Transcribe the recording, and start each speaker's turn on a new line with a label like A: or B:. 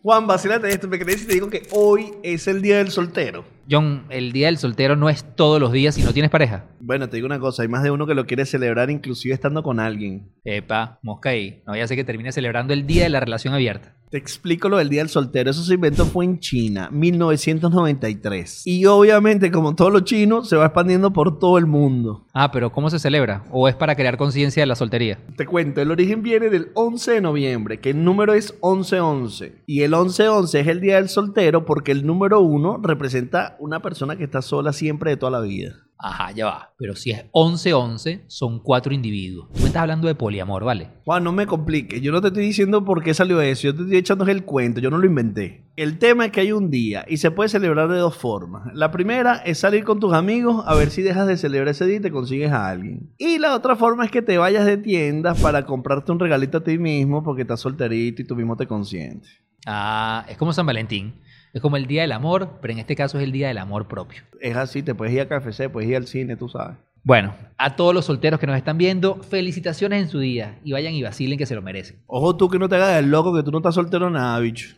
A: Juan, vacílate esto, me crees y te digo que hoy es el día del soltero.
B: John, el día del soltero no es todos los días si no tienes pareja.
A: Bueno, te digo una cosa, hay más de uno que lo quiere celebrar inclusive estando con alguien.
B: Epa, mosca ahí. No, ya sé que termine celebrando el día de la relación abierta.
A: Te explico lo del Día del Soltero. Eso se inventó fue en China, 1993. Y obviamente, como todos los chinos, se va expandiendo por todo el mundo.
B: Ah, pero ¿cómo se celebra? ¿O es para crear conciencia de la soltería?
A: Te cuento, el origen viene del 11 de noviembre, que el número es 1111. Y el 1111 es el Día del Soltero porque el número 1 representa una persona que está sola siempre de toda la vida.
B: Ajá, ya va. Pero si es 11-11, son cuatro individuos. Tú me estás hablando de poliamor, ¿vale?
A: Juan, no me compliques. Yo no te estoy diciendo por qué salió eso. Yo te estoy echando el cuento. Yo no lo inventé. El tema es que hay un día y se puede celebrar de dos formas. La primera es salir con tus amigos a ver si dejas de celebrar ese día y te consigues a alguien. Y la otra forma es que te vayas de tiendas para comprarte un regalito a ti mismo porque estás solterito y tú mismo te consientes.
B: Ah, es como San Valentín. Es como el día del amor, pero en este caso es el día del amor propio.
A: Es así, te puedes ir a KFC, puedes ir al cine, tú sabes.
B: Bueno, a todos los solteros que nos están viendo, felicitaciones en su día y vayan y vacilen que se lo merecen.
A: Ojo tú que no te hagas el loco que tú no estás soltero nada, bicho.